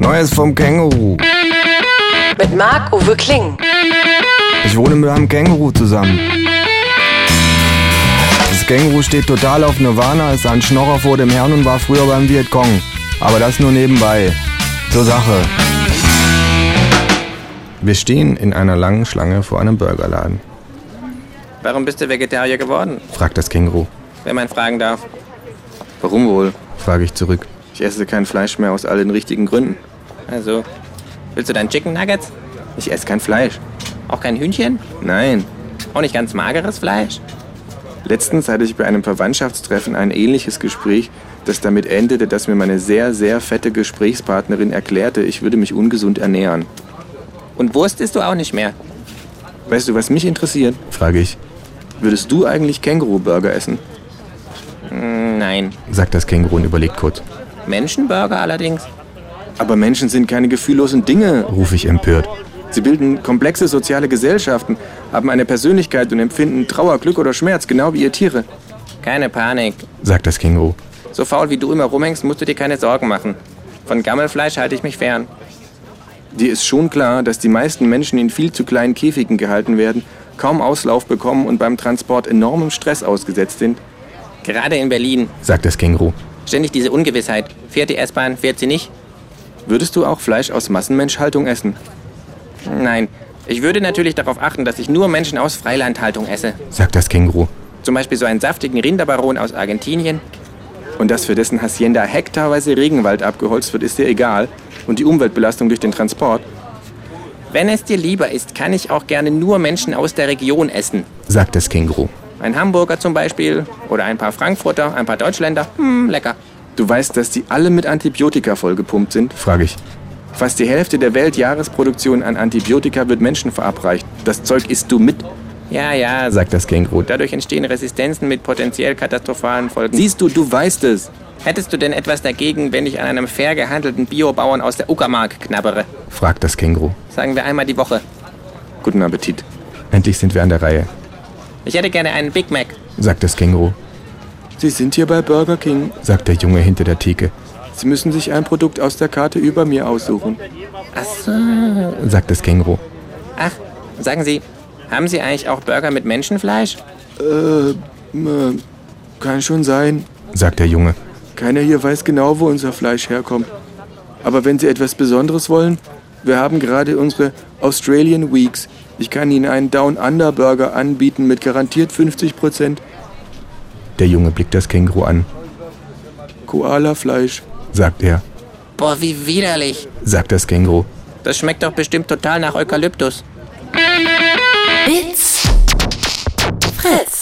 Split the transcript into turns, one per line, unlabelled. Neues vom Känguru.
Mit Marc-Uwe Kling.
Ich wohne mit einem Känguru zusammen. Das Känguru steht total auf Nirvana, ist ein Schnorrer vor dem Herrn und war früher beim Vietcong. Aber das nur nebenbei. Zur Sache. Wir stehen in einer langen Schlange vor einem Burgerladen,
Warum bist du Vegetarier geworden,
fragt das Känguru.
wenn man fragen darf?
Warum wohl?
Frage ich zurück.
Ich esse kein Fleisch mehr aus all den richtigen Gründen.
Also, willst du dann Chicken Nuggets?
Ich esse kein Fleisch.
Auch kein Hühnchen?
Nein.
Auch nicht ganz mageres Fleisch?
Letztens hatte ich bei einem Verwandtschaftstreffen ein ähnliches Gespräch, das damit endete, dass mir meine sehr, sehr fette Gesprächspartnerin erklärte, ich würde mich ungesund ernähren.
Und Wurst isst du auch nicht mehr.
Weißt du, was mich interessiert?
Frage ich.
Würdest du eigentlich Känguru-Burger essen?
Nein.
Sagt das Känguru und überlegt kurz.
Menschenburger allerdings?
Aber Menschen sind keine gefühllosen Dinge.
Rufe ich empört.
Sie bilden komplexe soziale Gesellschaften, haben eine Persönlichkeit und empfinden Trauer, Glück oder Schmerz, genau wie ihr Tiere.
Keine Panik.
Sagt das Känguru.
So faul wie du immer rumhängst, musst du dir keine Sorgen machen. Von Gammelfleisch halte ich mich fern.
Dir ist schon klar, dass die meisten Menschen in viel zu kleinen Käfigen gehalten werden, kaum Auslauf bekommen und beim Transport enormem Stress ausgesetzt sind.
Gerade in Berlin.
Sagt das Känguru.
Ständig diese Ungewissheit. Fährt die S-Bahn, fährt sie nicht?
Würdest du auch Fleisch aus Massenmenschhaltung essen?
Nein. Ich würde natürlich darauf achten, dass ich nur Menschen aus Freilandhaltung esse.
Sagt das Känguru.
Zum Beispiel so einen saftigen Rinderbaron aus Argentinien.
Und dass für dessen Hacienda hektarweise Regenwald abgeholzt wird, ist dir egal. Und die Umweltbelastung durch den Transport.
Wenn es dir lieber ist, kann ich auch gerne nur Menschen aus der Region essen.
Sagt das Känguru.
Ein Hamburger zum Beispiel oder ein paar Frankfurter, ein paar Deutschländer. Hm, lecker.
Du weißt, dass die alle mit Antibiotika vollgepumpt sind.
Frage ich.
Fast die Hälfte der Weltjahresproduktion an Antibiotika wird Menschen verabreicht. Das Zeug isst du mit.
Ja, ja,
Sagt das Känguru.
dadurch entstehen Resistenzen mit potenziell katastrophalen Folgen.
Siehst du, du weißt es.
Hättest du denn etwas dagegen, wenn ich an einem fair gehandelten Biobauern aus der Uckermark knabbere?
Fragt das Känguru.
Sagen wir einmal die Woche.
Guten Appetit.
Endlich sind wir an der Reihe.
Ich hätte gerne einen Big Mac.
Sagt das Känguru.
Sie sind hier bei Burger King.
Sagt der Junge hinter der Theke.
Sie müssen sich ein Produkt aus der Karte über mir aussuchen.
Ach, so.
Sagt das Känguru.
ach sagen Sie, haben Sie eigentlich auch Burger mit Menschenfleisch?
Äh, äh, kann schon sein.
Sagt der Junge.
Keiner hier weiß genau, wo unser Fleisch herkommt. Aber wenn Sie etwas Besonderes wollen, wir haben gerade unsere Australian Weeks. Ich kann Ihnen einen Down Under Burger anbieten mit garantiert 50%
Der Junge blickt das Känguru an.
Koala-Fleisch.
Sagt er.
Boah, wie widerlich.
Sagt das Känguru.
Das schmeckt doch bestimmt total nach Eukalyptus.
Bits Fritz.